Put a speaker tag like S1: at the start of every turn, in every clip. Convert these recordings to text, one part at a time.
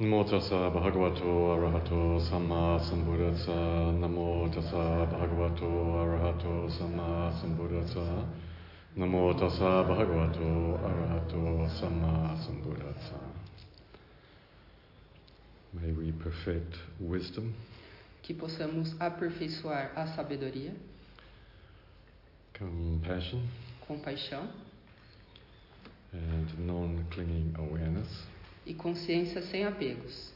S1: Namo tassa bhagavato arahato samma sambuddhassa. Namo tassa bhagavato arahato samma sambuddhassa. Namo tassa bhagavato arahato samma sambuddhassa. May we perfect wisdom.
S2: que possamos aperfeiçoar a sabedoria,
S1: compassion
S2: compaixão
S1: and non-clinging awareness
S2: e consciência sem apegos.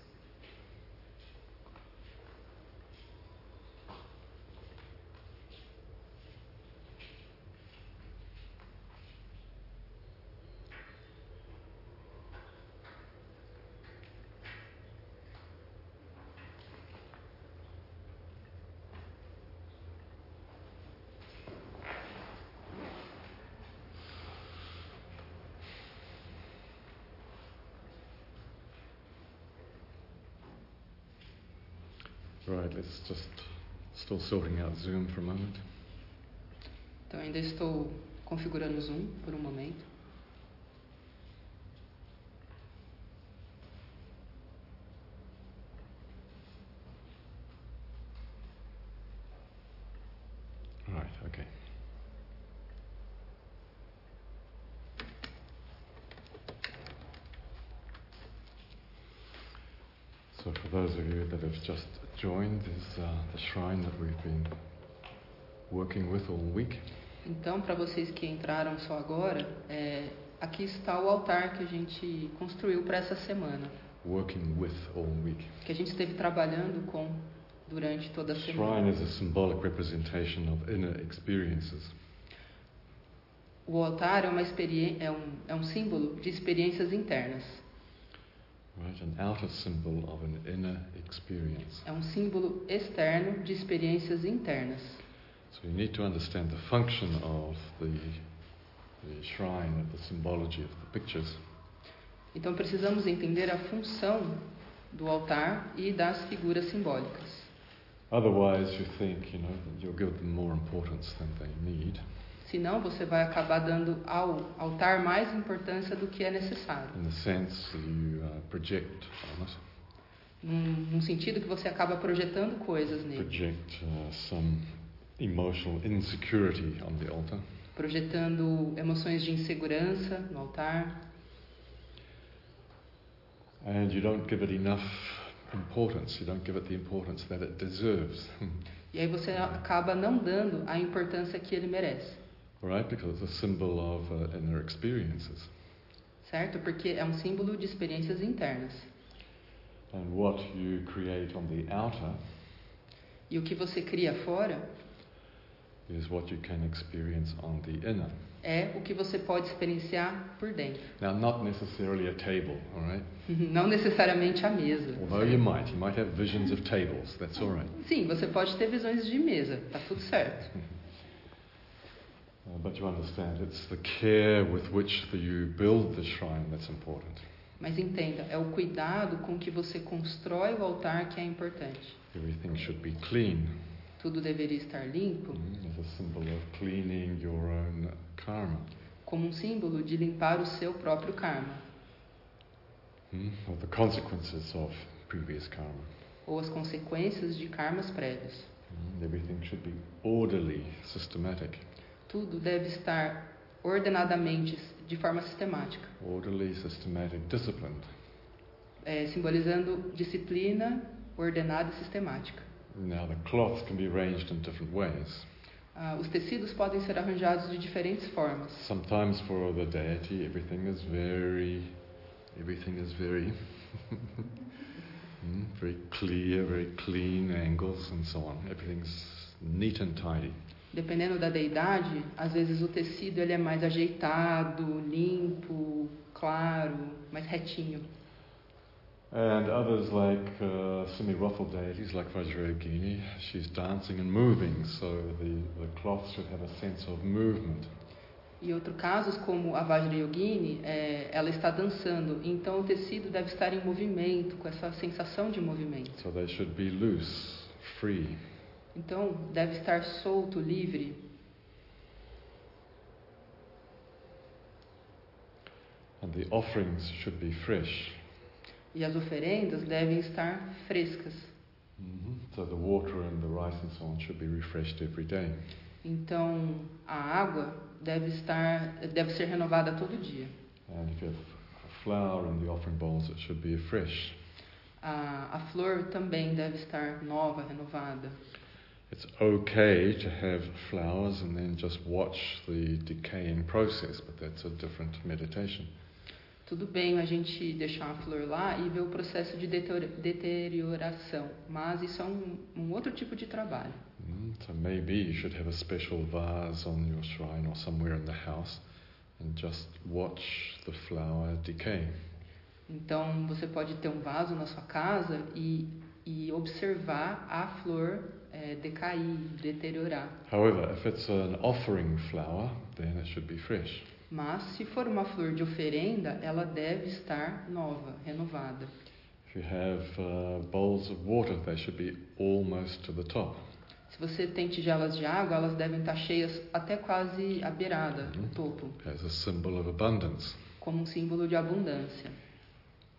S1: right let's just still sorting out zoom for a moment
S2: Então ainda estou configurando o Zoom por um momento.
S1: all right okay so for those of you that have just joined is uh, the shrine that we've been working with all week
S2: Então, para vocês que entraram só agora, é, aqui está o altar que a gente construiu para essa semana,
S1: working with all week
S2: que a gente esteve trabalhando com durante toda a
S1: shrine
S2: semana.
S1: is a symbolic representation of inner experiences
S2: O altar é, uma experi- é, um, é um símbolo de experiências internas,
S1: Right, an outer symbol of an inner experience.
S2: é um símbolo externo de experiências internas.
S1: So you need to understand the function of the, the shrine and the symbology of the pictures.
S2: Então precisamos entender a função do altar e das figuras simbólicas.
S1: Otherwise, you think you know that you'll give them more importance than they need,
S2: Senão você vai acabar dando ao altar mais importância do que é necessário.
S1: in the sense that you uh, project on it,
S2: Num, num sentido que você acaba projetando coisas nele,
S1: project uh, some emotional insecurity on the altar.
S2: projetando emoções de insegurança no altar
S1: And you don't give it enough importance. You don't give it the importance that it deserves.
S2: e aí você acaba não dando a importância que ele merece,
S1: All right, because it's a symbol of uh, inner experiences.
S2: certo? Porque é um símbolo de experiências internas.
S1: And what you create on the outer
S2: E o que você cria fora
S1: is what you can experience on the inner.
S2: é o que você pode experienciar por dentro,
S1: Now, not necessarily a table, all right?
S2: não necessariamente a mesa.
S1: Although you might, you might have visions of tables, that's all right.
S2: Sim, você pode ter visões de mesa, tá tudo certo.
S1: Uh, but you understand it's the care with which the, you build the shrine that's important.
S2: Mas entenda, é o cuidado com que você constrói o altar que é importante.
S1: Everything should be clean.
S2: Tudo deveria estar limpo,
S1: Mm, It's a symbol of cleaning your own karma,
S2: como um símbolo de limpar o seu próprio karma,
S1: mm, or the consequences of previous karma.
S2: ou as consequências de karmas prévios.
S1: Mm, Everything should be orderly, systematic.
S2: Tudo deve estar ordenadamente, de forma sistemática,
S1: Orderly, systematic, disciplined.
S2: eh, simbolizando disciplina ordenada e sistemática.
S1: Now, the cloths can be arranged in different ways.
S2: Ah, os tecidos podem ser arranjados de diferentes formas.
S1: Sometimes for the deity, everything is very, everything is very, mm, very clear, very clean angles and so on. Everything's neat and tidy.
S2: Dependendo da deidade, às vezes o tecido ele é mais ajeitado, limpo, claro, mais retinho.
S1: And others like uh, semi-ruffled deities, like Vajrayogini, she's dancing and moving, so the, the cloth should have a sense of movement.
S2: E outros casos, como a Vajrayogini, é, ela está dançando, então o tecido deve estar em movimento, com essa sensação de movimento.
S1: So they should be loose, free.
S2: Então, deve estar solto, livre.
S1: And the offerings should be fresh.
S2: E as oferendas devem estar frescas.
S1: Mhm. So the water and the rice and so on should be refreshed every day.
S2: Então, a água deve estar deve ser renovada todo dia.
S1: And if you have f- flour in the offering bowls, it should be fresh.
S2: A, a flor também deve estar nova, renovada.
S1: It's okay to have flowers and then just watch the decaying process, but that's a different meditation.
S2: Tudo bem a gente deixar a flor lá e ver o processo de deterior- deterioração, mas isso é um, um outro tipo de trabalho.
S1: Mm, so maybe you should have a special vase on your shrine or somewhere in the house and just watch the flower decay.
S2: Então, você pode ter um vaso na sua casa e, e observar a flor eh, decair, deteriorar.
S1: However, if it's an offering flower, then it should be fresh.
S2: Mas, se for uma flor de oferenda, ela deve estar nova, renovada.
S1: If you have uh, bowls of water, they should be almost to the top.
S2: Se você tem tigelas de água, elas devem estar cheias até quase à beirada, no topo,
S1: as a symbol of abundance.
S2: como um símbolo de abundância.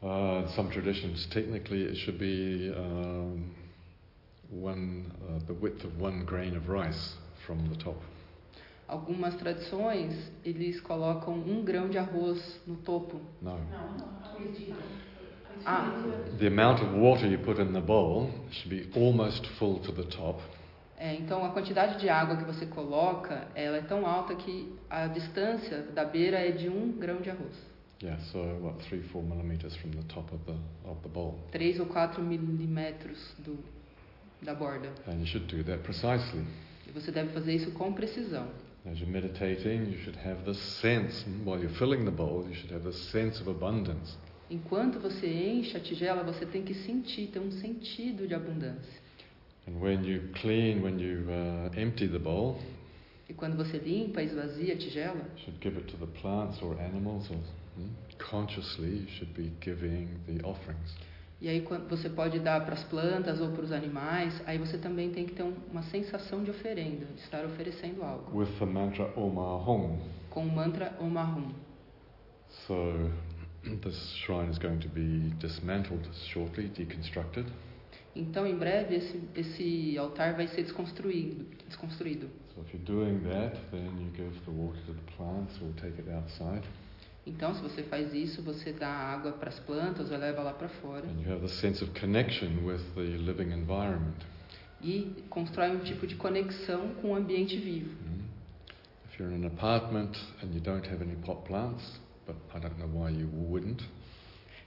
S1: Uh, in some traditions, technically, it should be um, one, uh, the width of one grain of rice from the top.
S2: Algumas tradições, eles colocam um grão de arroz no topo.
S1: No.
S2: Ah,
S1: The amount of water you put in the bowl should be almost full to the top,
S2: é, então a quantidade de água que você coloca, ela é tão alta que a distância da beira é de um grão de arroz.
S1: yeah, so what, three, four millimeters from the top of the, of the bowl.
S2: 3 ou 4 milímetros do, da borda.
S1: And you should do that precisely.
S2: E você deve fazer isso com precisão.
S1: As you're meditating, you should have this sense, while you're filling the bowl, you should have this sense of abundance.
S2: Enquanto você enche a tigela, você tem que sentir, ter um sentido de abundância.
S1: And when you clean, when you uh, empty the bowl,
S2: E quando você limpa, esvazia a tigela,
S1: you should give it to the plants or animals, or hmm, consciously you should be giving the offerings.
S2: e aí quan- você pode dar para as plantas ou para os animais, aí você também tem que ter um- uma sensação de oferenda, de estar oferecendo algo,
S1: With the mantra Om Ahom.
S2: com o mantra Om Ahum.
S1: So this shrine is going to be dismantled shortly, deconstructed.
S2: Então, em breve, esse, esse altar vai ser desconstruído, desconstruído.
S1: So if you're doing that, then you give the water to the plants or take it outside.
S2: Então, se você faz isso, você dá água para as plantas ou leva lá para fora
S1: And you have the sense of connection with the living environment.
S2: e constrói um tipo de conexão com o ambiente vivo.
S1: Mm. If you're in an apartment and you don't have any pot plants, but I don't know why you wouldn't,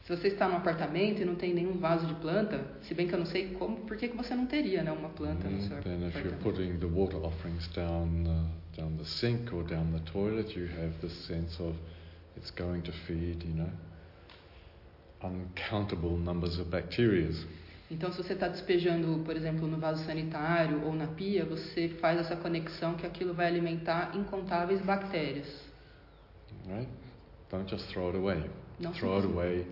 S2: Se você está num apartamento e não tem nenhum vaso de planta, se bem que eu não sei como, por que que você não teria né, uma planta no
S1: mm,
S2: seu
S1: then if you're
S2: apartamento?
S1: putting the water offerings down uh, down the sink or down the toilet, you have this sense of it's going to feed, you know, uncountable numbers of bacteria.
S2: Então, se você está despejando, por exemplo, no vaso sanitário ou na pia, você faz essa conexão que aquilo vai alimentar incontáveis bactérias.
S1: Right? Don't just throw it away.
S2: Não,
S1: Throw it
S2: simples-
S1: away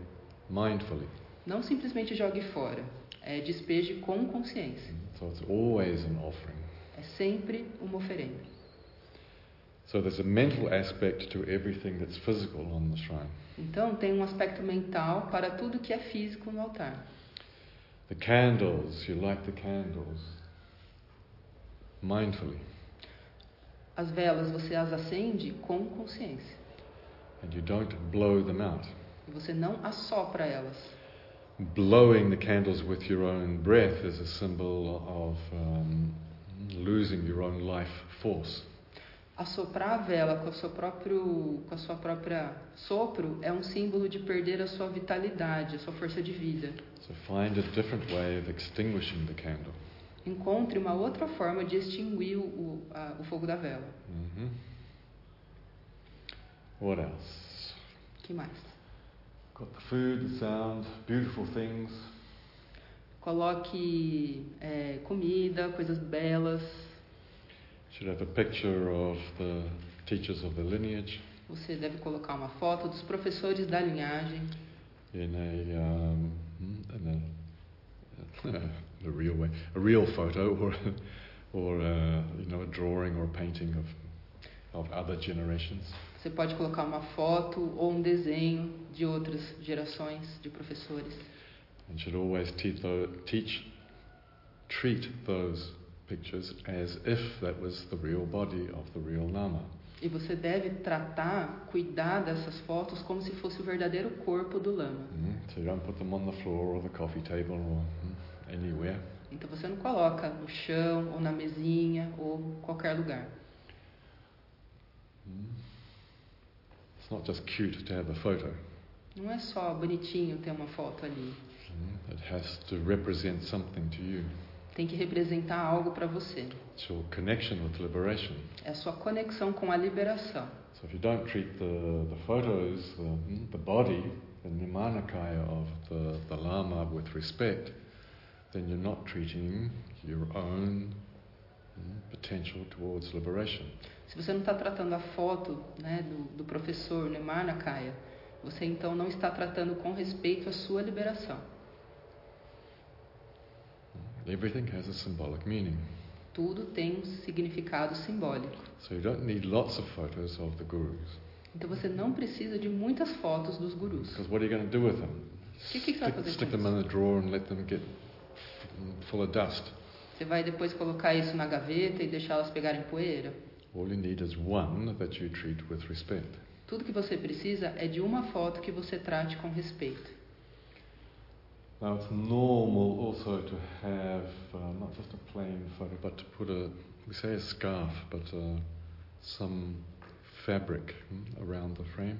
S1: mindfully.
S2: não simplesmente jogue fora. É, despeje com consciência.
S1: So it's always an offering.
S2: É sempre uma oferenda.
S1: So there's a mental aspect to everything that's physical on the shrine.
S2: Então, tem um aspecto mental para tudo que é físico no altar.
S1: The candles, you light the candles mindfully,
S2: As velas você as acende com consciência.
S1: and you don't blow them out.
S2: E você não assopra elas.
S1: Blowing the candles with your own breath is a symbol of um, losing your own life force.
S2: Assoprar a vela com, a sua próprio, com a sua própria sopro é um símbolo de perder a sua vitalidade, a sua força de vida.
S1: So find a different way of extinguishing the candle.
S2: Encontre uma outra forma de extinguir o, a- o fogo da vela.
S1: hmm What else?
S2: que mais?
S1: Got the food, the sound, beautiful things.
S2: Coloque é, comida, coisas belas.
S1: Should have a picture of the teachers of the lineage.
S2: Você deve colocar uma foto dos professores da linhagem.
S1: in a um, in a, in a real way, a real photo or or uh, you know a drawing or a painting of of other generations.
S2: Você pode colocar uma foto ou um desenho de outras gerações de professores.
S1: And should always teach, tho- teach treat those pictures as if that was the real body of the real Lama.
S2: E você deve tratar, cuidar dessas fotos como se fosse o verdadeiro corpo do lama.
S1: Mm, So you don't put them on the floor or the coffee table or mm, anywhere.
S2: Então você não coloca no chão ou na mesinha ou qualquer lugar.
S1: Mm. It's not just cute to have a photo.
S2: Não é só bonitinho ter uma foto ali.
S1: Mm, It has to represent something to you.
S2: Tem que representar algo para você.
S1: It's your connection with liberation.
S2: É a sua conexão com a liberação.
S1: So if you don't treat the, the photos, the, mm, the body, the Nimanakaya of the, the Lama with respect, then you're not treating your own mm, potential towards liberation.
S2: Se você não está tratando a foto né, do, do professor Neymar Nakaya, você então não está tratando com respeito a sua liberação.
S1: Everything has a symbolic meaning.
S2: Tudo tem um significado simbólico.
S1: So you don't need lots of photos of the gurus.
S2: Então você não precisa de muitas fotos dos gurus.
S1: Because what are you going to do with them?
S2: O que, que você vai
S1: Stick,
S2: fazer
S1: stick
S2: com
S1: them in
S2: isso?
S1: the drawer and let them get f- full of dust.
S2: Você vai depois colocar isso na gaveta e deixar elas pegarem poeira?
S1: All you need is one that you treat with respect.
S2: Tudo que você precisa é de uma foto que você trate com respeito.
S1: Now it's normal also to have uh, not just a plain photo, but to put a we say a scarf, but uh, some fabric mm, around the frame.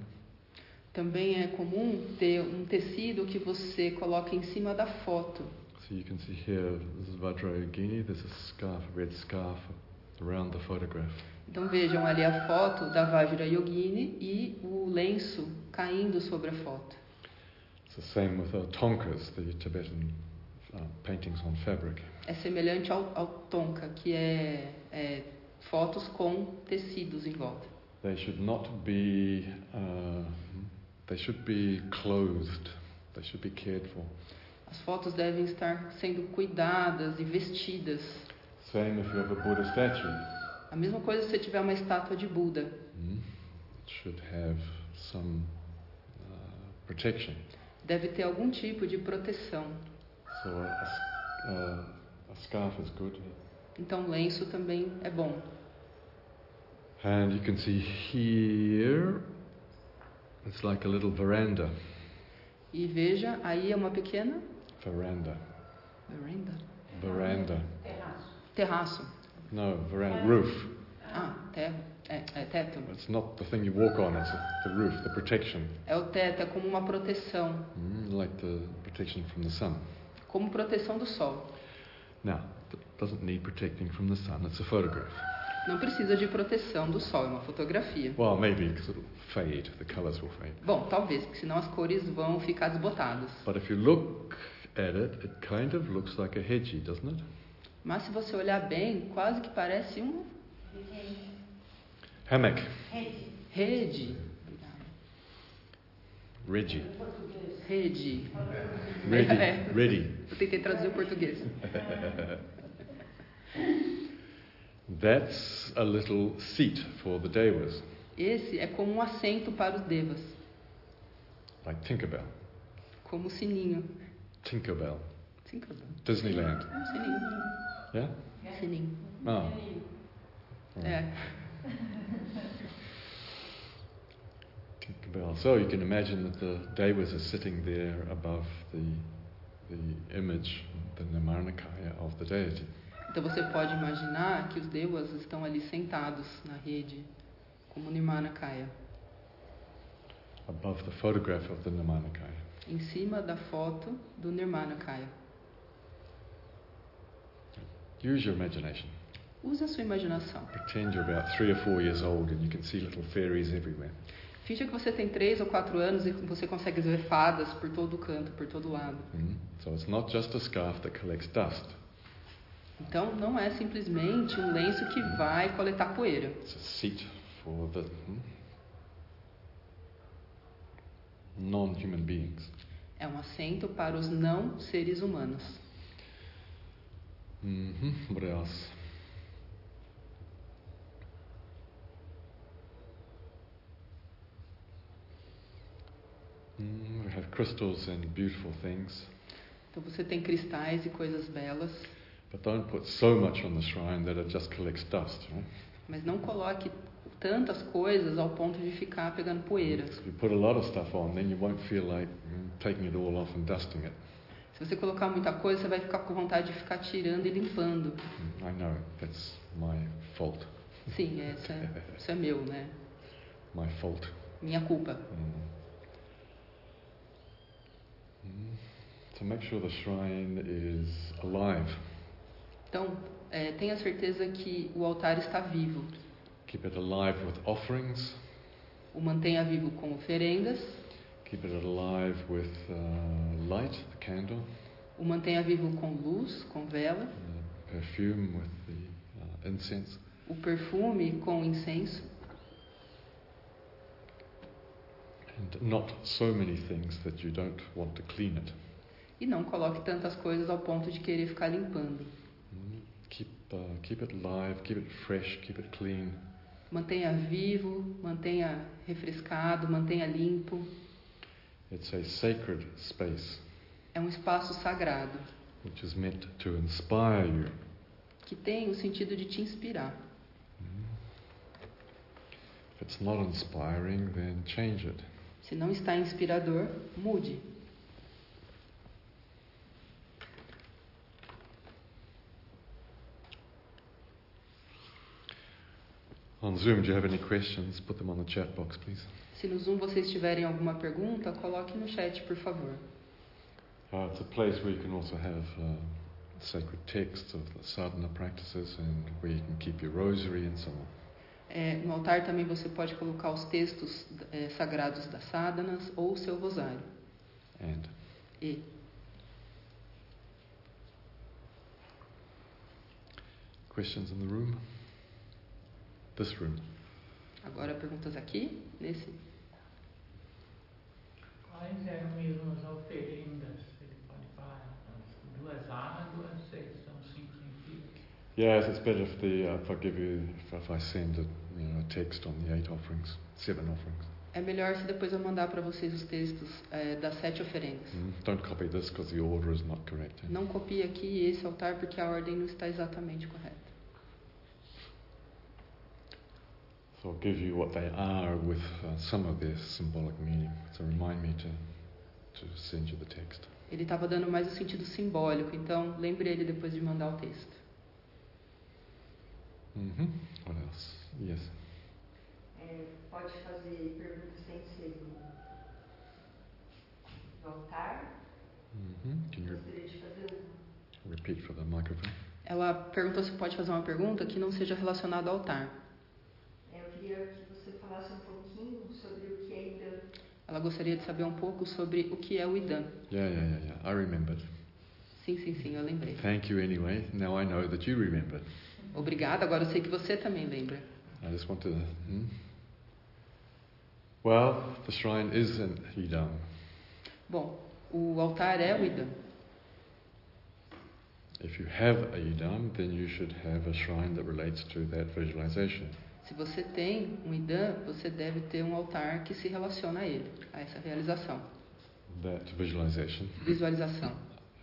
S2: Também é comum ter um tecido que você coloca em cima da foto.
S1: So you can see here, this is Vajrayogini. There's a scarf, a red scarf, around the photograph.
S2: Então vejam ali a foto da Vajra Yogini e o lenço caindo sobre a foto.
S1: It's the same with uh, tonkas, the Tibetan uh, paintings on fabric.
S2: É semelhante ao, ao tonka, que é, é fotos com tecidos em volta.
S1: They should not be. Uh, they should be clothed. They should be cared for.
S2: As fotos devem estar sendo cuidadas e vestidas.
S1: Same if you have a Buddha statue.
S2: A mesma coisa se você tiver uma estátua de Buda.
S1: Mm. It should have some uh, protection.
S2: Deve ter algum tipo de proteção.
S1: So a, a s- uh, a scarf is good.
S2: Então lenço também é bom.
S1: And you can see here, it's like a little veranda.
S2: E veja, aí é uma pequena
S1: Veranda.
S2: veranda.
S1: Veranda.
S2: terraço.
S1: No, veranda. Roof.
S2: Ah, terra. É, é teto.
S1: It's not the thing you walk on, it's the roof, the protection.
S2: É o teto, é como uma proteção,
S1: Mm, like the protection from the sun.
S2: como proteção do sol.
S1: Now, it doesn't need protecting from the sun, it's a photograph.
S2: Não precisa de proteção do sol, é uma fotografia.
S1: Well, maybe because it'll fade, the colors will fade.
S2: Bom, talvez, porque senão as cores vão ficar desbotadas.
S1: But if you look at it, it kind of looks like a hedgie, doesn't it?
S2: Mas se você olhar bem, quase que parece uma
S1: Hammock,
S2: rede. Obrigada.
S1: Reggie,
S2: Rede.
S1: ready, ready.
S2: Eu tentei traduzir o português.
S1: That's a little seat for the Dewas,
S2: Esse é como um assento para os devas,
S1: like Tinkerbell.
S2: como o sininho.
S1: Tinkerbell,
S2: Sim, Cadu?
S1: Disneyland.
S2: Um sininho.
S1: Yeah.
S2: Um sininho.
S1: Oh.
S2: É.
S1: Ah, Tinkerbell. So you can imagine that the Dewas are sitting there above the the image, the Nimarnikaya of the deity.
S2: Então você pode imaginar que os devas estão ali sentados na rede, como Nirmana Kaya,
S1: above the photograph of the Nimanakaya.
S2: em cima da foto do Nirmana Kaya.
S1: Use your imagination.
S2: Use a sua imaginação.
S1: Pretend you're about three or four years old and you can see little fairies everywhere.
S2: Finge que você tem três ou quatro anos e você consegue ver fadas por todo canto, por todo lado.
S1: Mm. So it's not just a scarf that collects dust,
S2: Então não é simplesmente um lenço que vai coletar poeira.
S1: it's a seat for the mm, non human beings.
S2: É um assento para os não seres humanos.
S1: hmm What else? Mm, we have crystals and beautiful things,
S2: Então você tem cristais e coisas belas,
S1: but don't put so much on the shrine that it just collects dust. You know?
S2: mas não coloque tantas coisas ao ponto de ficar pegando poeira.
S1: If you put a lot of stuff on, then you won't feel like mm, taking it all off and dusting it.
S2: Se você colocar muita coisa, você vai ficar com vontade de ficar tirando e limpando.
S1: Mm, I know that's my fault,
S2: Sim, essa, isso é meu, né?
S1: my fault.
S2: Minha culpa.
S1: Mm. Mm. To make sure the shrine is alive,
S2: Então, é, tenha certeza que o altar está vivo.
S1: keep it alive with offerings,
S2: O mantenha vivo com oferendas,
S1: keep it alive with uh, light, the candle,
S2: o mantenha vivo com luz, com vela,
S1: uh, perfume with the uh, incense.
S2: o perfume com incenso
S1: And not so many things that you don't want to clean it.
S2: e não coloque tantas coisas ao ponto de querer ficar limpando.
S1: Mm. Keep, uh, keep it alive, keep it fresh, keep it clean.
S2: Mantenha vivo, mantenha refrescado, mantenha limpo.
S1: It's a sacred space
S2: É um espaço sagrado
S1: which is meant to inspire you.
S2: que tem o sentido de te inspirar.
S1: Mm. If it's not inspiring, then change it.
S2: Se não está inspirador, mude.
S1: On Zoom, do you have any questions? Put them on the chat box, please.
S2: Se no Zoom vocês tiverem alguma pergunta, coloque no chat, por favor.
S1: Uh, it's a place where you can also have uh, sacred texts of the sadhana practices and where you can keep your rosary and so on.
S2: É, no altar também você pode colocar os textos é, sagrados das sadhanas ou o seu rosário.
S1: And
S2: E
S1: questions in the room? This room.
S2: agora perguntas aqui, nesse.
S3: Quais eram mesmo as oferendas que ele pode falar? As Duas águas, seis, são cinco sem fio.
S1: Yes, it's better if, the, uh, if I give you, if, if I send a, you know, a text on the eight offerings, seven offerings.
S2: É melhor se depois eu mandar para vocês os textos é, das sete oferendas.
S1: Mm. Don't copy this because the order is not correct. eh?
S2: Não copie aqui esse altar porque a ordem não está exatamente correta.
S1: So I'll give you what they are with uh, some of their symbolic meaning. So remind me to, to send you the text.
S2: Ele estava dando mais o sentido simbólico, então lembre ele depois de mandar o texto.
S1: hmm What else? Yes.
S4: É, pode fazer perguntas sem ser no no altar.
S1: hmm Can you re-
S4: Gostaria de fazer um, uma.
S1: repeat for the microphone?
S2: Ela perguntou se pode fazer uma pergunta que não seja relacionada ao altar.
S4: É, eu queria que você falasse um pouquinho sobre o que é ainda.
S2: Ela gostaria de saber um pouco sobre o que é o Idan.
S1: Yeah, yeah, yeah, yeah. I remembered.
S2: Sim, sim, sim, eu lembrei.
S1: Thank you anyway. Now I know that you remembered.
S2: Obrigada, agora eu sei que você também lembra.
S1: I just want to. Hmm? Well, the shrine is in Hidam.
S2: Bom, o altar é o Idan.
S1: If you have a Hidam, then you should have a shrine that relates to that visualization.
S2: Se você tem um Idan, você deve ter um altar que se relaciona a ele, a essa realização,
S1: That visualization
S2: visualização.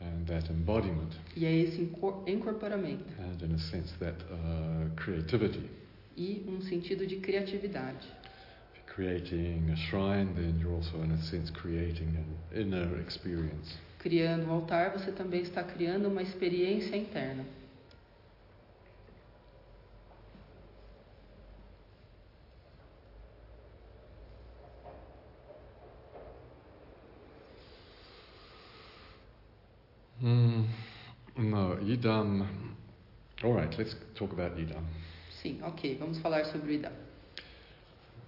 S1: and that embodiment,
S2: E é esse encor- encorporamento
S1: and in a sense, that uh, creativity.
S2: e um sentido de criatividade.
S1: If you're creating a shrine, then you're also, in a sense, creating an inner experience.
S2: Criando um altar, você também está criando uma experiência interna.
S1: Mm, no, Idam. All right, let's talk about Idam.
S2: Sim, ok, vamos falar sobre o Idan.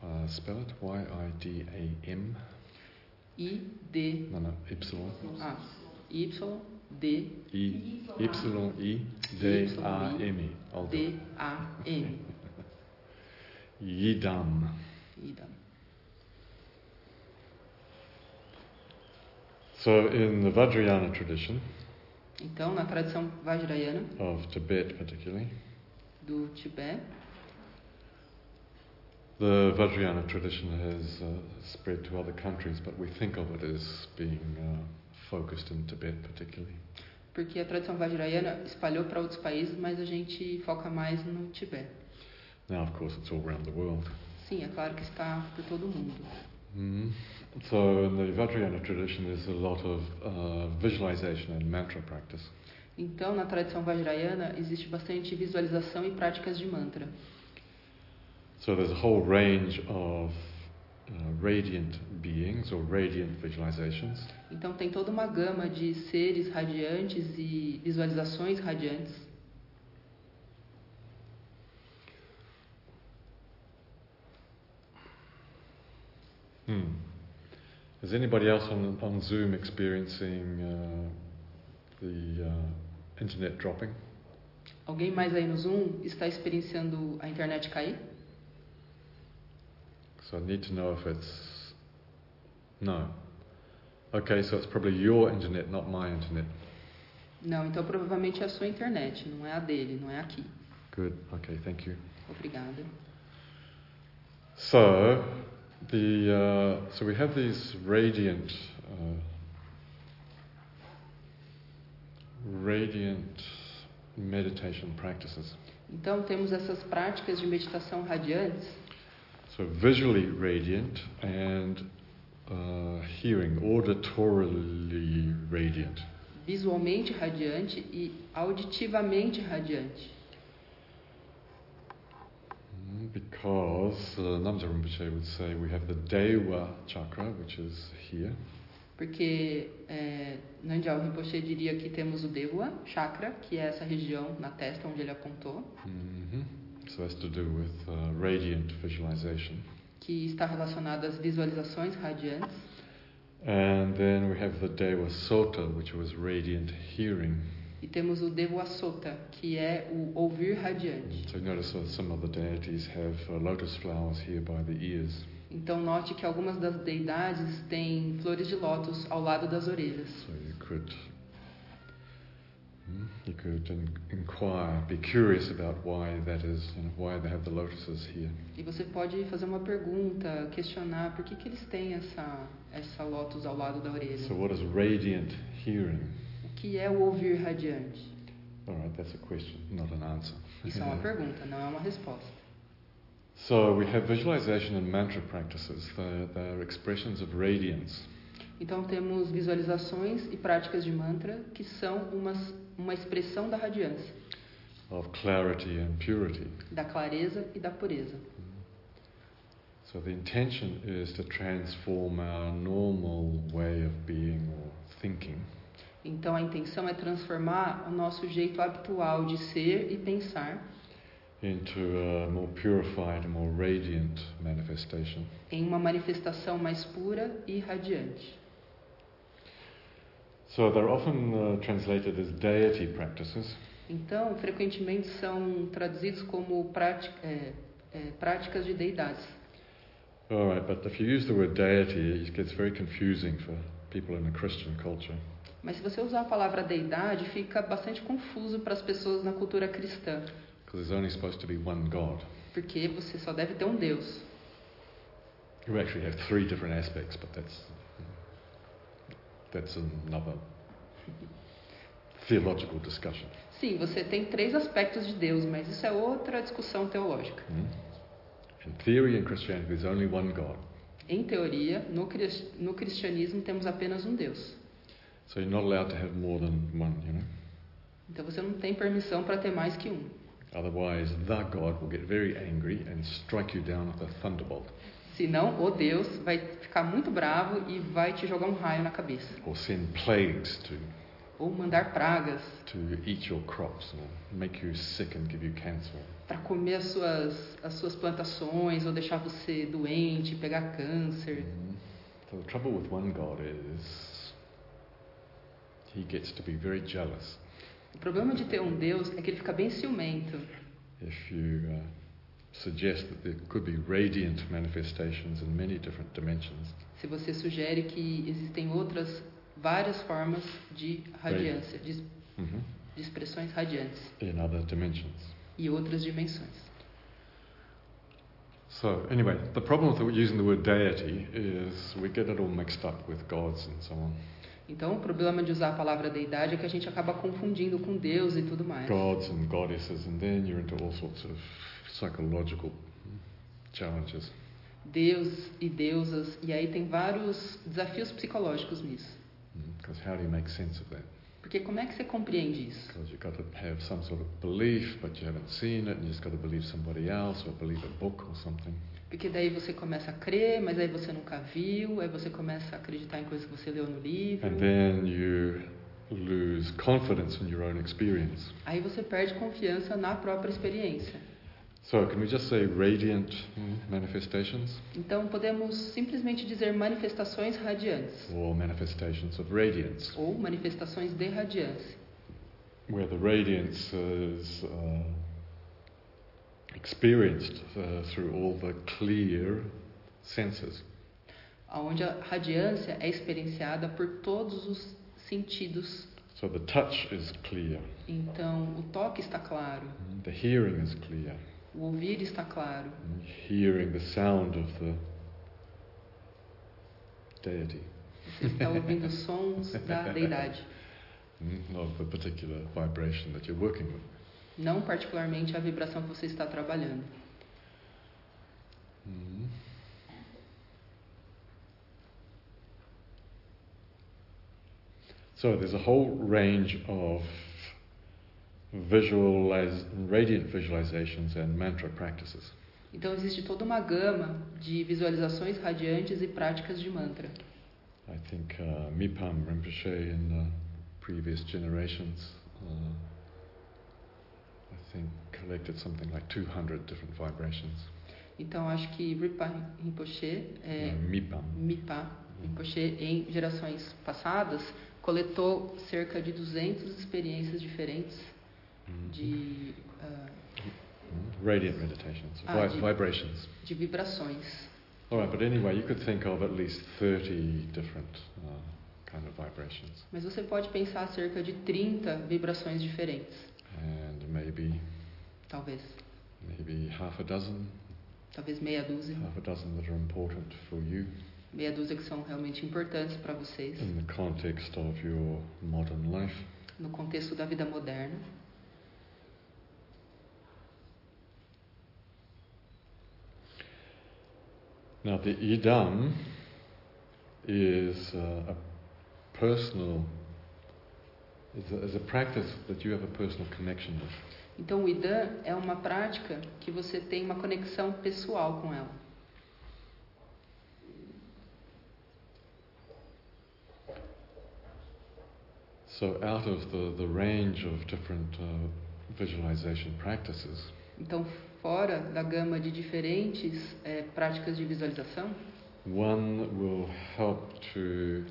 S1: Uh, spell it Y I D A M.
S2: I, D,
S1: No, no, Ypsilon.
S2: A, Y, D,
S1: E. Ypsilon E D A M E. I'll do
S2: D, A, N.
S1: it. Yidam.
S2: Idan.
S1: So, in the Vajrayana tradition
S2: Então, na tradição Vajrayana
S1: of Tibet, particularly,
S2: do Tibete,
S1: The Vajrayana tradition has uh, spread to other countries, but we think of it as being uh, focused in Tibet particularly.
S2: Porque a tradição Vajrayana espalhou para outros países, mas a gente foca mais no Tibete.
S1: Now, of course, it's all around the world.
S2: Sim, é claro que está por todo o mundo.
S1: Mm. So, in the Vajrayana tradition, there's a lot of uh, visualization and mantra practice.
S2: Então, na tradição Vajrayana, existe bastante visualização e práticas de mantra.
S1: So, there's a whole range of uh, radiant beings or radiant visualizations.
S2: Então, tem toda uma gama de seres radiantes e visualizações radiantes.
S1: Hmm. Is anybody else on, on Zoom experiencing uh, the uh, internet dropping?
S2: Alguém mais aí no Zoom está experienciando a internet cair?
S1: So I need to know if it's. No. Okay, so it's probably your internet, not my internet.
S2: Não, então provavelmente é a sua internet, não é a dele, não é aqui.
S1: Good, okay, thank you.
S2: Obrigada.
S1: So, the, uh, so we have these radiant, uh, radiant meditation practices.
S2: Então, temos essas práticas de meditação radiantes,
S1: So visually radiant and uh, hearing, auditorily radiant.
S2: visualmente radiante e auditivamente radiante.
S1: Mm, Because uh, Namja Rinpoche would say we have the Dewa chakra, which is here,
S2: Porque é, Nandial Rinpoche diria que temos o Dewa Chakra, que é essa região na testa onde ele apontou,
S1: hmm So that's to do with uh, radiant visualization.
S2: que está relacionada às visualizações radiantes.
S1: And then we have the Dewa Sota, which was radiant hearing.
S2: E temos o Dewa Sota, que é o ouvir radiante.
S1: So you notice that some of the deities have uh, lotus flowers here by the ears.
S2: Então note que algumas das deidades têm flores de lótus ao lado das orelhas.
S1: So you could hmm, you could in- inquire, be curious about why that is, you know, why they have the lotuses here.
S2: E você pode fazer uma pergunta, questionar por que, que eles têm essa, essa lótus ao lado da orelha.
S1: So what is radiant hearing?
S2: O que é o ouvir radiante?
S1: All right, that's a question, not an answer.
S2: Isso é
S1: Uhum.
S2: uma pergunta, não é uma resposta.
S1: so we have visualization and mantra practices. They're, they're expressions of radiance.
S2: Então temos visualizações e práticas de mantra que são umas, uma expressão da radiância,
S1: Of clarity and purity.
S2: da clareza e da pureza.
S1: So the intention is to transform our normal way of being or thinking
S2: Então a intenção é transformar o nosso jeito habitual de ser e pensar
S1: into a more purified, and more radiant manifestation.
S2: em uma manifestação mais pura e radiante.
S1: So they're often uh, translated as deity practices,
S2: Então, frequentemente são traduzidos como prática, é, é, práticas de deidades.
S1: All right, but if you use the word deity, it gets very confusing for people in a Christian culture.
S2: Mas se você usar a palavra deidade, fica bastante confuso para as pessoas na cultura cristã,
S1: Because there's only supposed to be one God.
S2: porque você só deve ter um Deus.
S1: You actually have three different aspects, but that's that's another theological discussion.
S2: Sim, você tem três aspectos de Deus, mas isso é outra discussão teológica.
S1: Hmm? In theory, in Christianity, there's only one God,
S2: Em teoria, no, cris- no cristianismo temos apenas um Deus.
S1: so you're not allowed to have more than one. You know,
S2: Então você não tem permissão para ter mais que um.
S1: otherwise, the God will get very angry and strike you down with a thunderbolt
S2: Senão, o Deus vai ficar muito bravo e vai te jogar um raio na cabeça.
S1: or send plagues to
S2: Ou mandar pragas
S1: to eat your crops or make you sick and give you cancer.
S2: para comer as suas, as suas plantações, ou deixar você doente, pegar câncer.
S1: Mm. So the trouble with one God is he gets to be very jealous
S2: O problema de ter um Deus é que ele fica bem ciumento.
S1: if you uh, suggest that there could be radiant manifestations in many different dimensions.
S2: Se você sugere que existem outras, várias formas de radiância, de
S1: hmm
S2: de expressões radiantes
S1: In other dimensions.
S2: e outras dimensões.
S1: So, anyway, the problem with using the word deity is we get it all mixed up with gods and so on.
S2: Então, o problema de usar a palavra deidade é que a gente acaba confundindo com Deus e tudo mais.
S1: Gods and goddesses, and then you're into all sorts of psychological challenges.
S2: Deus e deusas, e aí tem vários desafios psicológicos nisso.
S1: Because Mm, how do you make sense of that?
S2: Porque como é que você compreende isso?
S1: Because you've got to have some sort of belief, but you haven't seen it, and you just got to believe somebody else or believe a book or something.
S2: Porque daí você começa a crer, mas aí você nunca viu, aí você começa a acreditar em coisas que você leu no livro.
S1: And then you lose confidence in your own experience.
S2: Aí você perde confiança na própria experiência.
S1: So, can we just say radiant mm, manifestations
S2: Então podemos simplesmente dizer manifestações radiantes
S1: or manifestations of radiance,
S2: ou manifestações de radiância,
S1: where the radiance is uh, experienced uh, through all the clear senses?
S2: onde a radiância é experienciada por todos os sentidos.
S1: So, the touch is clear,
S2: Então o toque está claro,
S1: mm, the hearing is clear,
S2: o ouvir está claro,
S1: mm, hearing the sound of the deity,
S2: você está ouvindo os sons da deidade,
S1: mm, of the particular vibration that you're working with.
S2: não particularmente a vibração que você está trabalhando.
S1: Mm. So there's a whole range of visualiz- radiant visualizations and mantra practices.
S2: Então existe toda uma gama de visualizações radiantes e práticas de mantra.
S1: I think uh, Mipam Rinpoche in the previous generations, uh, I think, collected something like 200 different vibrations.
S2: Então acho que Ripa Rinpoche, é,
S1: No, Uh, Mipam.
S2: Mipa Rinpoche, em gerações passadas, coletou cerca de 200 experiências diferentes
S1: Mm.
S2: de, ah,
S1: Mm. Radiant meditations,
S2: Ah,
S1: vi-
S2: de-
S1: vibrations.
S2: de vibrações.
S1: All right, but anyway, you could think of at least 30 different uh, kind of vibrations
S2: Mas você pode pensar cerca de 30 vibrações diferentes,
S1: and maybe
S2: talvez.
S1: maybe half a dozen,
S2: Talvez meia dúzia.
S1: half a dozen that are important for you
S2: Meia dúzia que são realmente importantes para vocês
S1: in the context of your modern life.
S2: no contexto da vida moderna.
S1: Now, the idam is uh, a personal is a, is a practice that you have a personal connection with.
S2: Então, o IDAN é uma prática que você tem uma conexão pessoal com ela.
S1: So, out of the, the range of different uh, visualization practices,
S2: Então, fora da gama de diferentes eh, práticas de visualização,
S1: One will help to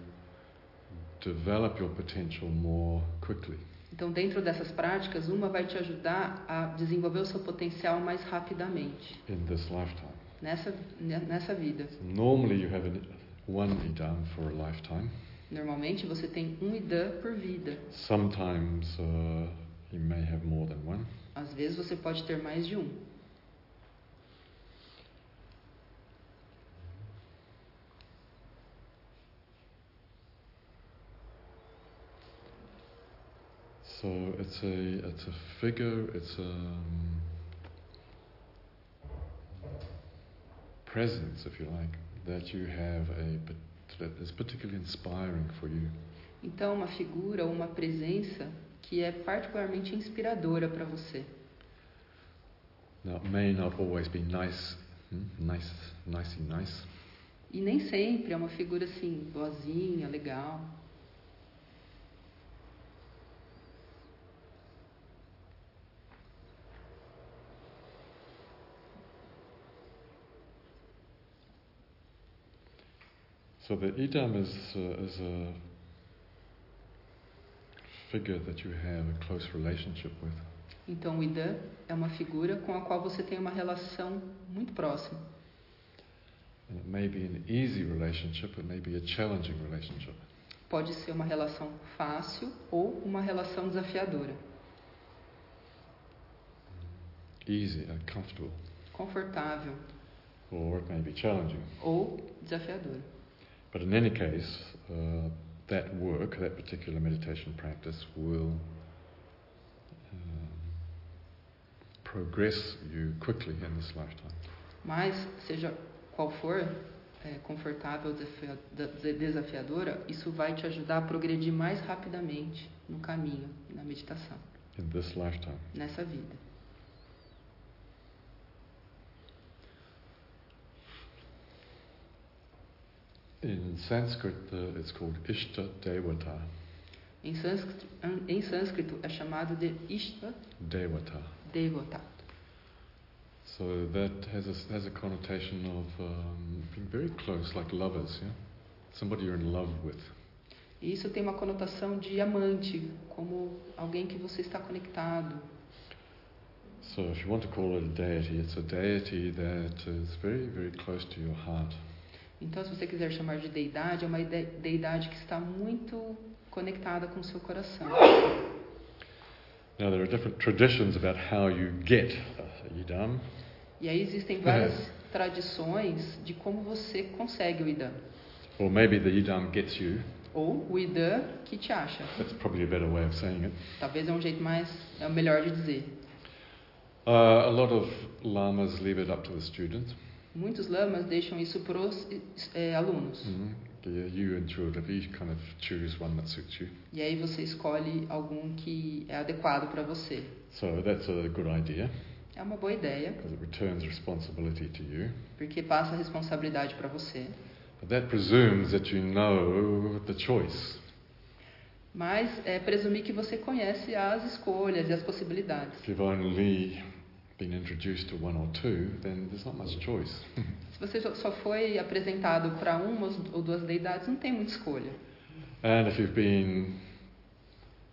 S1: develop your potential more quickly.
S2: então dentro dessas práticas, uma vai te ajudar a desenvolver o seu potencial mais rapidamente
S1: in this lifetime.
S2: nessa né, nessa vida.
S1: Normally, you have an, one idam for a lifetime.
S2: Normalmente, você tem um IDAN por vida.
S1: Sometimes uh, you may have more than one.
S2: Às vezes, você pode ter mais de um.
S1: So it's a it's a figure. It's a um, presence, if you like, that you have a pat- that is particularly inspiring for you.
S2: Então, uma figura ou uma presença que é particularmente inspiradora para você.
S1: Now, it may not always be nice, hmm? nice, nicey nice,
S2: E nem sempre é uma figura assim, boazinha, legal.
S1: So the idam is uh, is a figure that you have a close relationship with,
S2: Então, o Idan é uma figura com a qual você tem uma relação muito próxima.
S1: and it may be an easy relationship, it may be a challenging relationship.
S2: Pode ser uma relação fácil ou uma relação desafiadora,
S1: Easy, uh, comfortable.
S2: confortável.
S1: or it may be challenging.
S2: ou desafiadora.
S1: But in any case, uh, that work, that particular meditation practice, will um, progress you quickly in this lifetime.
S2: Mas, seja qual for é, confortável ou desafia- da- de- desafiadora, isso vai te ajudar a progredir mais rapidamente no caminho, na meditação,
S1: In this lifetime.
S2: nessa vida.
S1: In Sanskrit, uh, it's called Ishta Devata.
S2: Em sânscrito, em sânscrito é chamado de Ishta
S1: Devata.
S2: Devata.
S1: So that has a, has a connotation of um, being very close, like lovers, yeah? Somebody you're in love with.
S2: E isso tem uma conotação de amante, como alguém que você está conectado.
S1: So if you want to call it a deity, it's a deity that is very, very close to your heart.
S2: Então, se você quiser chamar de deidade, é uma ide- deidade que está muito conectada com o seu coração.
S1: Now, there are different traditions about how you get a yidam.
S2: E aí existem várias tradições de como você consegue o Idan.
S1: Or maybe the yidam gets you.
S2: Ou o Idan que te acha.
S1: That's probably a better way of saying it.
S2: Talvez é um jeito mais, é o melhor de dizer.
S1: Uh, a lot of lamas leave it up to the student.
S2: Muitos lamas deixam isso para os alunos.
S1: Mm. You intuitively kind of choose one that suits you.
S2: E aí você escolhe algum que é adequado para você.
S1: So that's a good idea
S2: É uma boa ideia,
S1: because it returns responsibility to you.
S2: porque passa a responsabilidade para você.
S1: But that presumes that you know the choice.
S2: Mas é presumir que você conhece as escolhas e as possibilidades.
S1: If you've only been introduced to one or two, then there's not much choice.
S2: Se você só- só foi apresentado para uma ou duas deidades, não tem muita escolha.
S1: And if you've been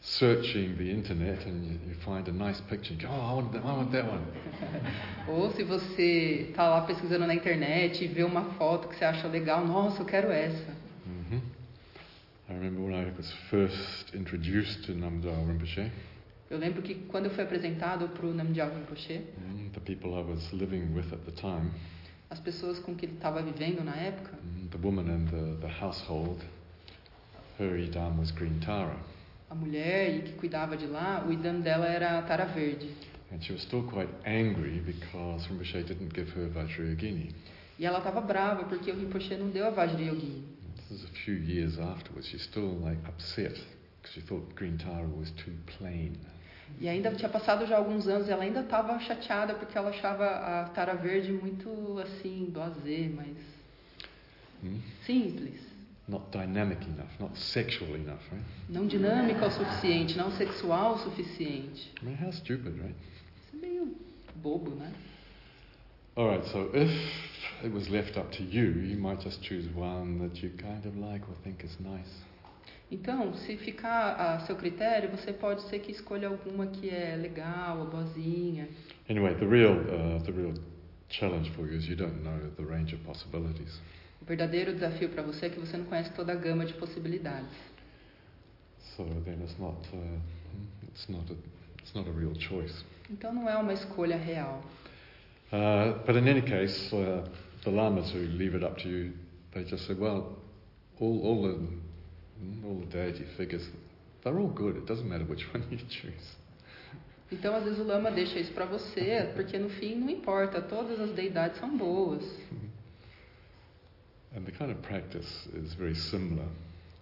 S1: searching the internet and you, you find a nice picture, you go, oh, I want that, I want that one.
S2: Ou se você está lá pesquisando na internet e vê uma foto que você acha legal, nossa, eu quero essa.
S1: hmm I remember when I was first introduced to Namdal Rinpoche,
S2: Eu lembro que quando eu fui apresentado para o Namdial Rinpoche,
S1: mm, the people I was living with at the time,
S2: as pessoas com que ele estava vivendo na época,
S1: mm, the woman and the, the household, her idam was green tara.
S2: a mulher e que cuidava de lá, o idam dela era a Tara Verde.
S1: And she was still quite angry because Rinpoche didn't give her Vajrayogini.
S2: E ela estava brava porque o Rinpoche não deu a Vajrayogini.
S1: This is a few years afterwards. She's still like upset because she thought green tara was too plain.
S2: E ainda tinha passado já alguns anos e ela ainda estava chateada porque ela achava a Tara Verde muito, assim, blasé, mas
S1: Mm?
S2: simples.
S1: Not dynamic enough, not sexual enough, right?
S2: Não dinâmica o suficiente, não sexual o suficiente.
S1: I mean, how stupid, right?
S2: Isso é meio bobo, né?
S1: All right, so if it was left up to you, you might just choose one that you kind of like or think is nice.
S2: Então, se ficar a seu critério, você pode ser que escolha alguma que é legal, ou boazinha.
S1: Anyway, the real, uh, the real challenge for you is you don't know the range of possibilities.
S2: O verdadeiro desafio para você é que você não conhece toda a gama de possibilidades.
S1: So then it's not, uh, it's not a, it's not a real choice.
S2: Então, não é uma escolha real.
S1: Uh, but in any case, uh, the lamas who leave it up to you, they just say, well, all, all the, all the deity figures, they're all good. It doesn't matter which one you choose.
S2: Então, às vezes o lama deixa isso para você, porque no fim não importa, todas as deidades são boas.
S1: And the kind of practice is very similar.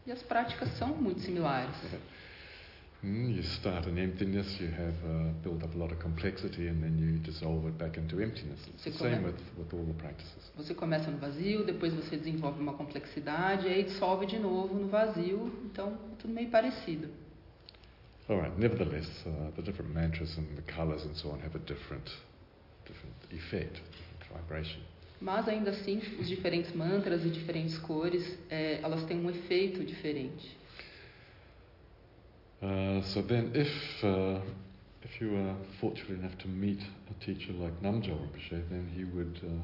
S2: E as práticas são muito similares.
S1: Mm, you start in emptiness, you have uh, build up a lot of complexity, and then you dissolve it back into emptiness. It's the
S2: Six
S1: same with,
S2: elements.
S1: with all the practices.
S2: Você começa no vazio, depois você desenvolve uma complexidade, aí dissolve de novo no vazio. Então, é tudo meio parecido.
S1: All right. Nevertheless, uh, the different mantras and the colors and so on have a different, different effect, different vibration.
S2: Mas ainda assim, os diferentes mantras e diferentes cores, eh, elas têm um efeito diferente.
S1: Uh, so then, if uh, if you were fortunate enough to meet a teacher like Namjal Rinpoche, then he would uh,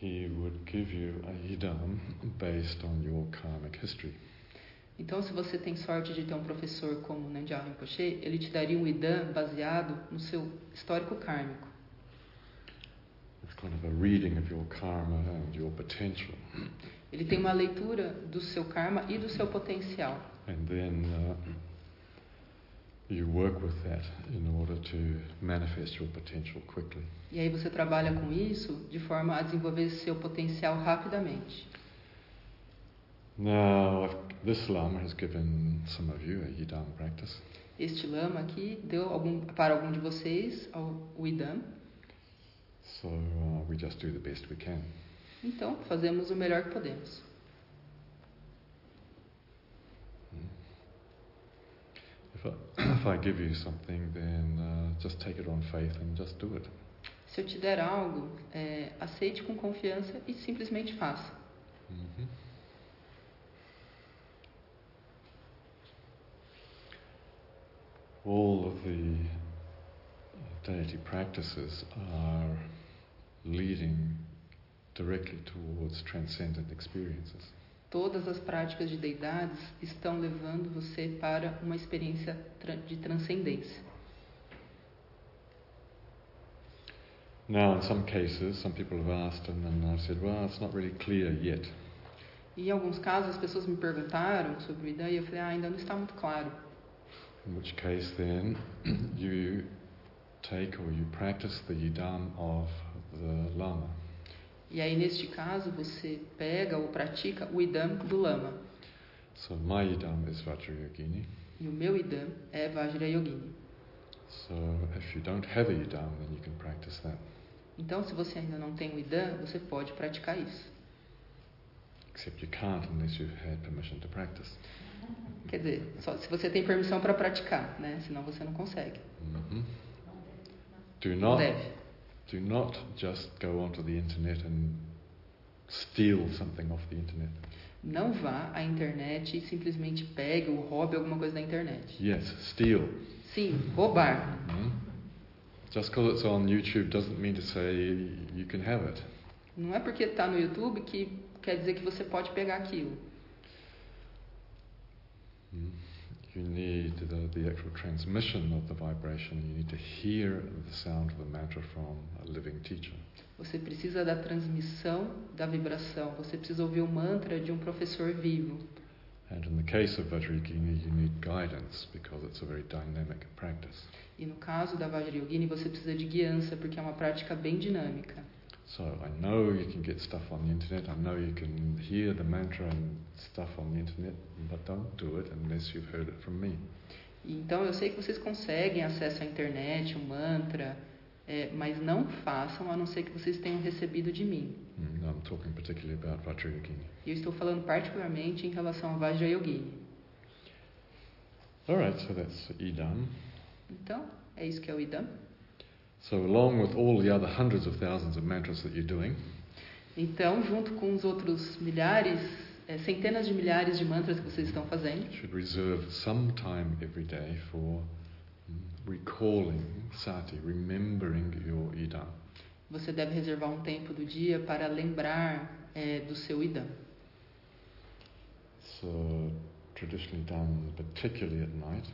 S1: he would give you a yidam based on your karmic history.
S2: Então, se você tem sorte de ter um professor como Nandial Rinpoche, ele te daria um Idan baseado no seu histórico kármico.
S1: kind of a reading of your karma and your potential.
S2: Ele tem uma leitura do seu karma e do seu potencial.
S1: And then uh, you work with that in order to manifest your potential quickly.
S2: E aí você trabalha com isso de forma a desenvolver seu potencial rapidamente.
S1: Now, I've, this Lama has given some of you a Yidam practice,
S2: Este lama aqui deu algum, para algum de vocês ao- o idam.
S1: so uh, we just do the best we can.
S2: Então fazemos o melhor que podemos.
S1: If I, if I give you something, then uh, just take it on faith and just do it.
S2: Se eu te der algo, é, aceite com confiança e simplesmente faça.
S1: hmm All of the deity practices are leading directly towards transcendent experiences.
S2: Todas as práticas de deidades estão levando você para uma experiência tra- de transcendência.
S1: Now, in some cases, some people have asked, and then I've said, well, it's not really clear yet.
S2: E em alguns casos as pessoas me perguntaram sobre o idam e eu falei, ah, ainda não está muito claro.
S1: In which case, then, you take or you practice the Yidam of the Lama.
S2: E aí neste caso você pega ou pratica o idam do lama.
S1: So, my Yidam is Vajrayogini.
S2: E o meu idam é Vajrayogini.
S1: So if you don't have a yidam, then you can practice that.
S2: Então, se você ainda não tem o IDAM, você pode praticar isso.
S1: Except you can't unless you've had permission to practice.
S2: Quer dizer, só se você tem permissão para praticar, né? Senão você não consegue.
S1: hmm Do
S2: Não
S1: not
S2: deve.
S1: do not just go onto the internet and steal something off the internet.
S2: Não vá à internet e simplesmente pegue ou roube alguma coisa da internet.
S1: Yes, steal.
S2: Sim, roubar.
S1: Mhm. Just because it's on YouTube doesn't mean to say you can have it.
S2: Não é porque está no YouTube que quer dizer que você pode pegar aquilo.
S1: Mm. You need the, the actual transmission of the vibration. You need to hear the sound of the mantra from a living teacher.
S2: Você precisa da transmissão da vibração. Você precisa ouvir o mantra de um professor vivo.
S1: And in the case of Vajrayogini, you need guidance because it's a very dynamic practice.
S2: E no caso da Vajrayogini, você precisa de guiança, porque é uma prática bem dinâmica.
S1: So I know you can get stuff on the internet, I know you can hear the mantra and stuff on the internet, but don't do it unless you've heard it from me.
S2: E Então eu sei que vocês conseguem acesso à internet, um mantra, é, mas não façam a não ser que vocês tenham recebido de mim.
S1: Mm, I'm talking particularly about Vajrayogini.
S2: E eu estou falando particularmente em relação ao Vajrayogini.
S1: Alright, so that's Idam.
S2: Então, é isso que é o Idam.
S1: So along with all the other hundreds of thousands of mantras that you're doing,
S2: Então, junto com os outros milhares, é, centenas de milhares de mantras que vocês estão fazendo,
S1: you should reserve some time every day for mm, recalling sati, remembering your Idam.
S2: você deve reservar um tempo do dia para lembrar é, do seu Idam.
S1: It's uh, traditionally done particularly at night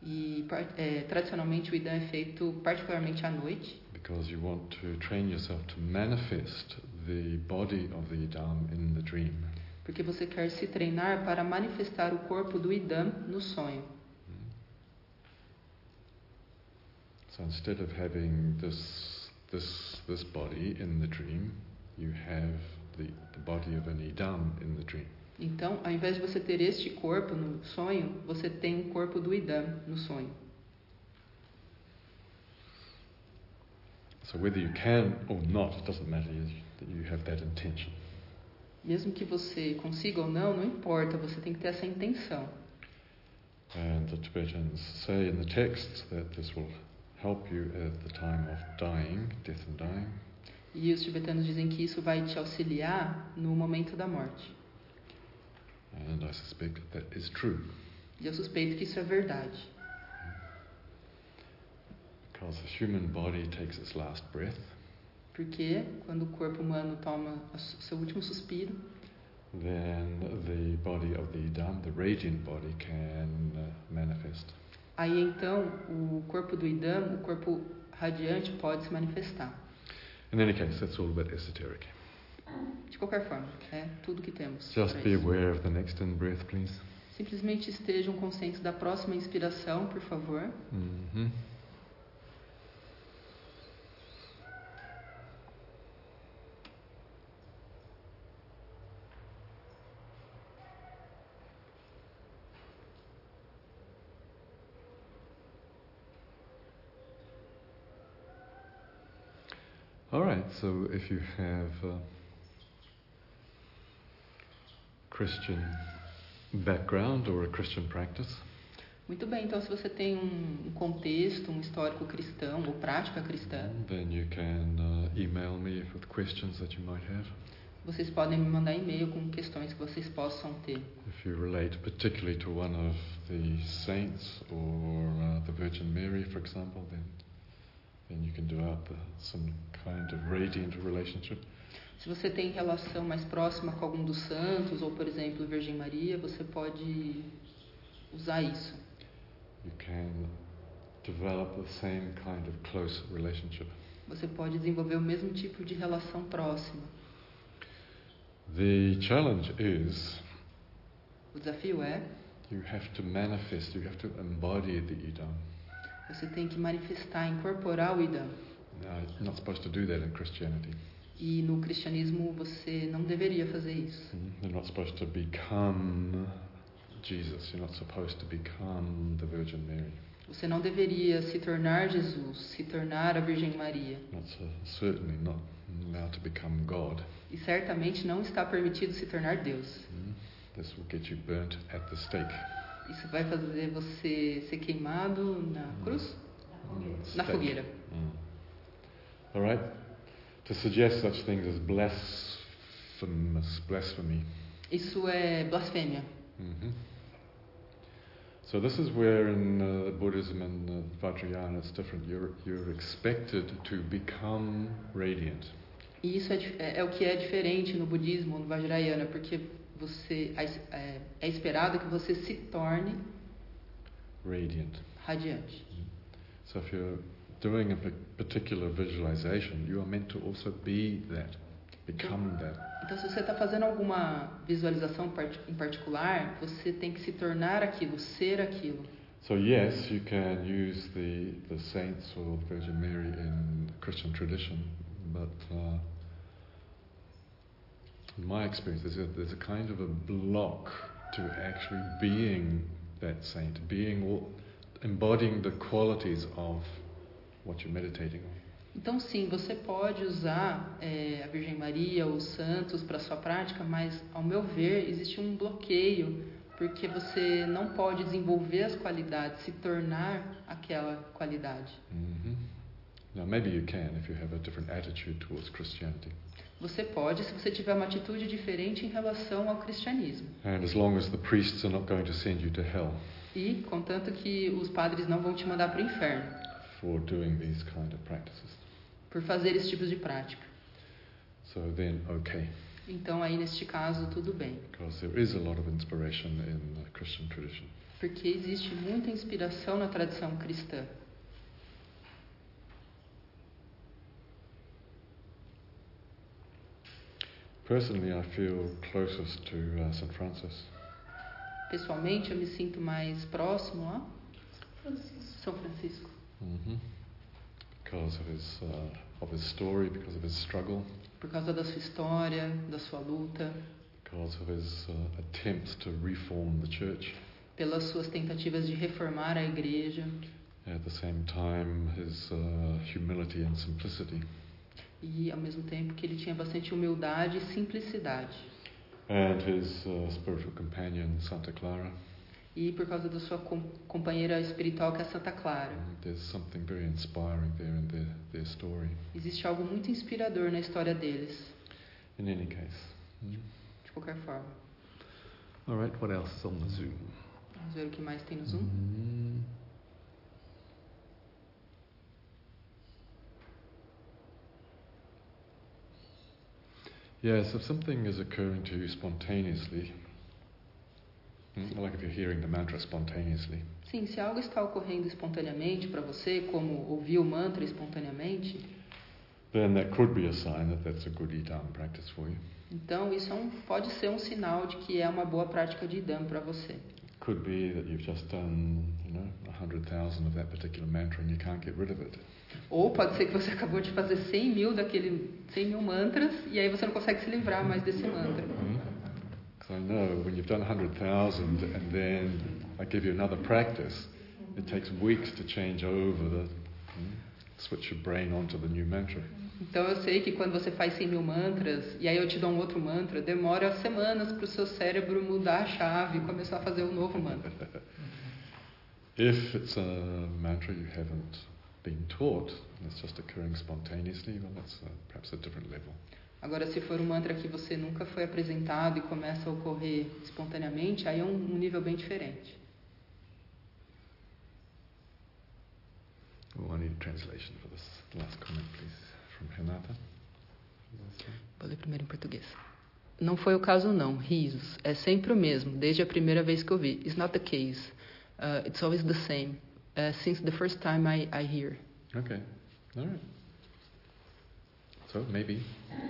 S2: E par- é, tradicionalmente o Idam é feito particularmente à noite,
S1: because you want to train yourself to manifest the body of the Idam in the dream.
S2: porque você quer se treinar para manifestar o corpo do Idam no sonho.
S1: Hmm? So instead of having this, this, this body in the dream, you have the, the body of an Idam in the dream.
S2: Então, ao invés de você ter este corpo no sonho, você tem o corpo do Idam no sonho.
S1: So whether you can or not, it doesn't matter you- that you have that intention.
S2: Mesmo que você consiga ou não, não importa, você tem que ter essa intenção.
S1: And the Tibetans say in the texts that this will help you at the time of dying, death and dying.
S2: E os tibetanos dizem que isso vai te auxiliar no momento da morte.
S1: And I suspect that that is true,
S2: E eu suspeito que isso é verdade,
S1: because the human body takes its last breath,
S2: porque quando o corpo humano toma o seu último suspiro,
S1: then the body of the Idam, the radiant body, can uh, manifest.
S2: aí então o corpo do Idam, o corpo radiante, pode se manifestar.
S1: In any case, that's all a bit esoteric.
S2: De qualquer forma, é tudo que temos.
S1: Just
S2: pra
S1: be
S2: isso.
S1: aware of the next in breath, please.
S2: Simplesmente estejam conscientes da próxima inspiração, por favor.
S1: hmm All right, so if you have uh, Christian background or a Christian practice,
S2: Muito bem, então se você tem um contexto, um histórico cristão ou prática cristã,
S1: Then you can uh, email me with questions that you might have.
S2: vocês podem me mandar e-mail com questões que vocês possam ter.
S1: If you relate particularly to one of the saints or uh, the Virgin Mary, for example, then then you can develop uh, some kind of radiant relationship.
S2: Se você tem relação mais próxima com algum dos santos, ou por exemplo, Virgem Maria, você pode usar isso.
S1: You can develop the same kind of close relationship.
S2: Você pode desenvolver o mesmo tipo de relação próxima.
S1: The challenge is
S2: O desafio é
S1: you have to manifest, you have to embody the idam.
S2: você tem que manifestar, incorporar o Idam.
S1: Now, you're not supposed to do that in Christianity.
S2: E no cristianismo você não deveria fazer isso.
S1: Mm, You're not supposed to become Jesus. You're not supposed to become the Virgin Mary.
S2: Você não deveria se tornar Jesus, se tornar a Virgem Maria.
S1: Not so, certainly not allowed to become God.
S2: E certamente não está permitido se tornar Deus.
S1: Mm. This will get you burnt at the stake.
S2: Isso vai fazer você ser queimado na cruz,
S4: na fogueira.
S2: na
S1: Stake.
S2: fogueira.
S1: Mm. All right. To suggest such things is blasphemous, blasphemy.
S2: Isso é blasfêmia.
S1: hmm So this is where in uh, Buddhism and uh, Vajrayana it's different. You're, you're expected to become radiant.
S2: E isso é, dif- é- é o que é diferente no budismo, no Vajrayana, porque você a es- é, é esperado que você se torne
S1: Radiant.
S2: radiante.
S1: So if you're doing a pa- particular visualization, you are meant to also be that, become that.
S2: Então, se você está fazendo alguma visualização parti- em particular, você tem que se tornar aquilo, ser aquilo.
S1: So yes, you can use the, the saints or the Virgin Mary in Christian tradition, but uh, in my experience, there's a, there's a kind of a block to actually being that saint, being all, embodying the qualities of what you're meditating on.
S2: Então, sim, você pode usar é, a Virgem Maria ou os santos para sua prática, mas, ao meu ver, existe um bloqueio, porque você não pode desenvolver as qualidades, se tornar aquela qualidade.
S1: hmm Now maybe you can if you have a different attitude towards Christianity.
S2: Você pode se você tiver uma atitude diferente em relação ao cristianismo.
S1: And as long as the priests are not going to send you to hell
S2: E, contanto que os padres não vão te mandar para o inferno
S1: for doing these kind of practices.
S2: por fazer esse tipo de prática.
S1: So then, okay,
S2: Então, aí neste caso, tudo bem,
S1: because there is a lot of inspiration in the Christian tradition.
S2: porque existe muita inspiração na tradição cristã.
S1: Personally, I feel closest to uh, St. Francis.
S2: Pessoalmente, eu me sinto mais próximo a
S4: Francisco.
S2: São Francisco,
S1: hmm Because of his, uh, of his story, because of his struggle,
S2: por causa da sua história, da sua luta,
S1: because of his uh, attempts to reform the church.
S2: pelas suas tentativas de reformar a igreja
S1: At the same time, his uh, humility and simplicity.
S2: e, ao mesmo tempo, que ele tinha bastante humildade e simplicidade.
S1: and his uh, spiritual companion Santa Clara.
S2: e por causa da sua com- companheira espiritual que é a Santa Clara.
S1: And there's something very inspiring there in their, their story.
S2: Existe algo muito inspirador na história deles,
S1: In any case,
S2: de qualquer forma.
S1: Mm-hmm. all right. What else is on the Zoom?
S2: Vamos ver o que mais tem no Zoom.
S1: Mm. Yes, if something is occurring to you spontaneously, mm, like if you're hearing the mantra spontaneously,
S2: Sim, se algo está ocorrendo espontaneamente para você, como ouvir o mantra espontaneamente,
S1: then that could be a sign that that's a good idam practice for you.
S2: Então, isso é um, pode ser um sinal de que é uma boa prática de idam para você.
S1: It could be that you've just done, you know, 100,000 of that particular mantra and you can't get rid of it.
S2: Ou pode ser que você acabou de fazer 100 mil daquele 100 mil mantras e aí você não consegue se livrar mais desse mantra.
S1: Because I know when you've done 100,000 and then I give you another practice, it takes weeks to change over the, hmm, switch your brain onto the new mantra.
S2: Então eu sei que quando você faz 100 mil mantras e aí eu te dou um outro mantra, demora semanas para o seu cérebro mudar a chave e começar a fazer um novo mantra.
S1: If it's a mantra you haven't been taught, and it's just occurring spontaneously, well, that's uh, perhaps a different level.
S2: Agora, se for um mantra que você nunca foi apresentado e começa a ocorrer espontaneamente, aí é um, um nível bem diferente.
S1: Oh, I need a translation for this last comment, please, from Renata.
S2: Vou ler primeiro em português. Não foi o caso, não. Risos. É sempre o mesmo, desde a primeira vez que eu vi. It's not the case. Uh, it's always the same. Uh, since the first time I, I hear.
S1: Okay, all right. So maybe,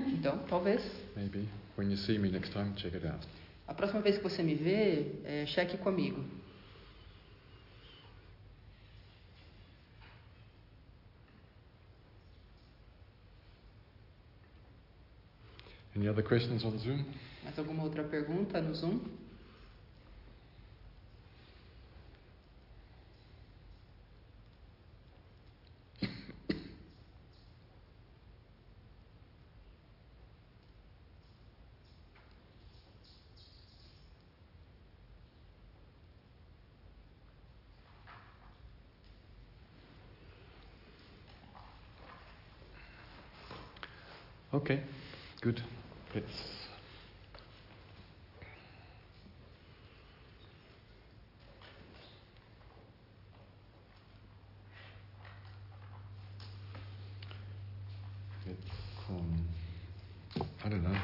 S2: Então, talvez.
S1: maybe when you see me next time, check it out.
S2: A próxima vez que você me vê, é, cheque comigo.
S1: Any other questions on Zoom?
S2: Mais alguma outra pergunta no Zoom?
S1: Okay, good. Let's let's um, I don't know.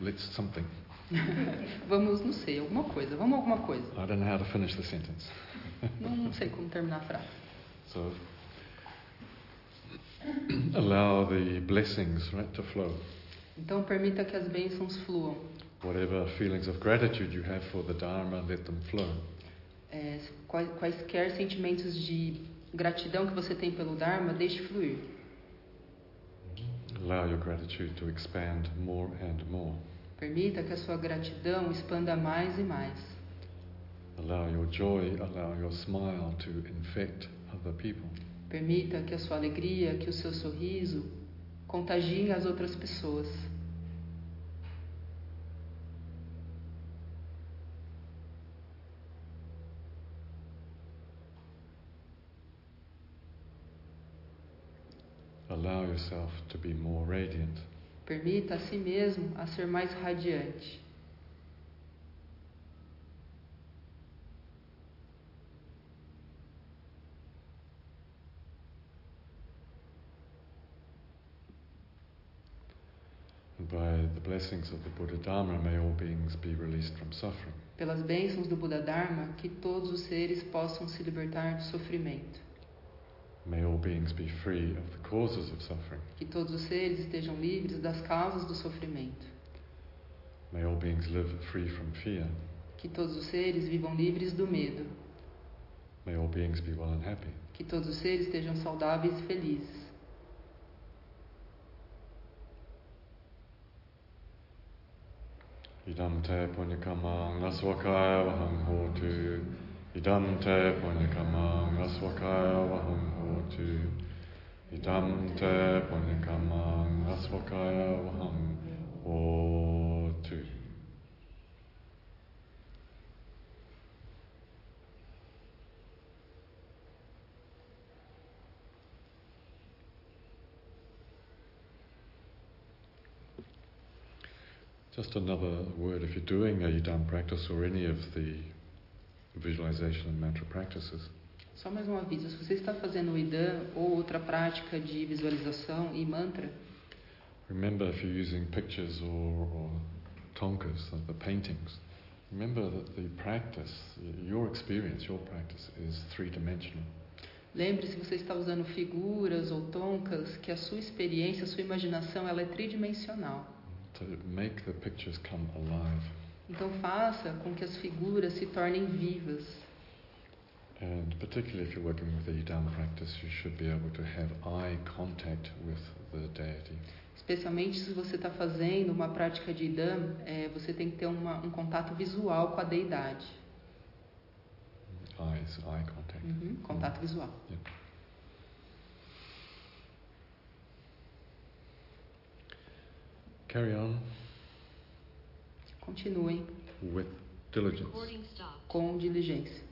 S1: Let's something.
S2: Vamos, não sei, alguma coisa. Vamos alguma coisa.
S1: I don't know how to finish the sentence.
S2: Não, não sei como terminar a frase.
S1: So allow the blessings right to flow.
S2: Então, permita que as bênçãos fluam.
S1: Whatever feelings of gratitude you have for the Dharma, let them flow.
S2: É, se- quais, quaisquer sentimentos de gratidão que você tem pelo Dharma, deixe fluir.
S1: Allow your gratitude to expand more and more.
S2: Permita que a sua gratidão expanda mais e mais.
S1: Allow your joy, allow your smile to infect other people.
S2: Permita que a sua alegria, que o seu sorriso contagie as outras pessoas.
S1: Allow yourself to be more radiant.
S2: Permita a si mesmo a ser mais radiante.
S1: And by the blessings of the Buddha Dharma, may all beings be released from suffering.
S2: Pelas bênçãos do Buda Dharma, que todos os seres possam se libertar do sofrimento.
S1: May all beings be free of the causes of suffering.
S2: Que todos os seres estejam livres das causas do sofrimento.
S1: May all beings live free from fear.
S2: Que todos os seres vivam livres do medo.
S1: May all beings be well and happy.
S2: Que todos os seres estejam saudáveis e felizes.
S1: Idam te punyakamang naswakaya vaham hotu. Idam te punyakamang naswakaya vaham hotu. Idam te punyakamang naswakaya vaham hotu. Just another word, if you're doing a Idam practice or any of the visualization and mantra practices,
S2: Só mais um aviso, se você está fazendo o IDAM ou outra prática de visualização e mantra,
S1: Remember if you're using pictures or, or tonkas, like the paintings, remember that the practice, y- your experience, your practice is three dimensional.
S2: Lembre se você está usando figuras ou toncas que a sua experiência, a sua imaginação, ela é tridimensional.
S1: to make the pictures come alive.
S2: Então faça com que as figuras se tornem vivas.
S1: And particularly if you're working with a Yidam practice, you should be able to have eye contact with the deity.
S2: Especialmente se você está fazendo uma prática de idam, é, você tem que ter uma, um contato visual com a deidade.
S1: Eyes, eye contact.
S2: Uhum, contato visual.
S1: Carry on
S2: Continuem
S1: with diligence.
S5: Recording stopped.
S2: com diligência.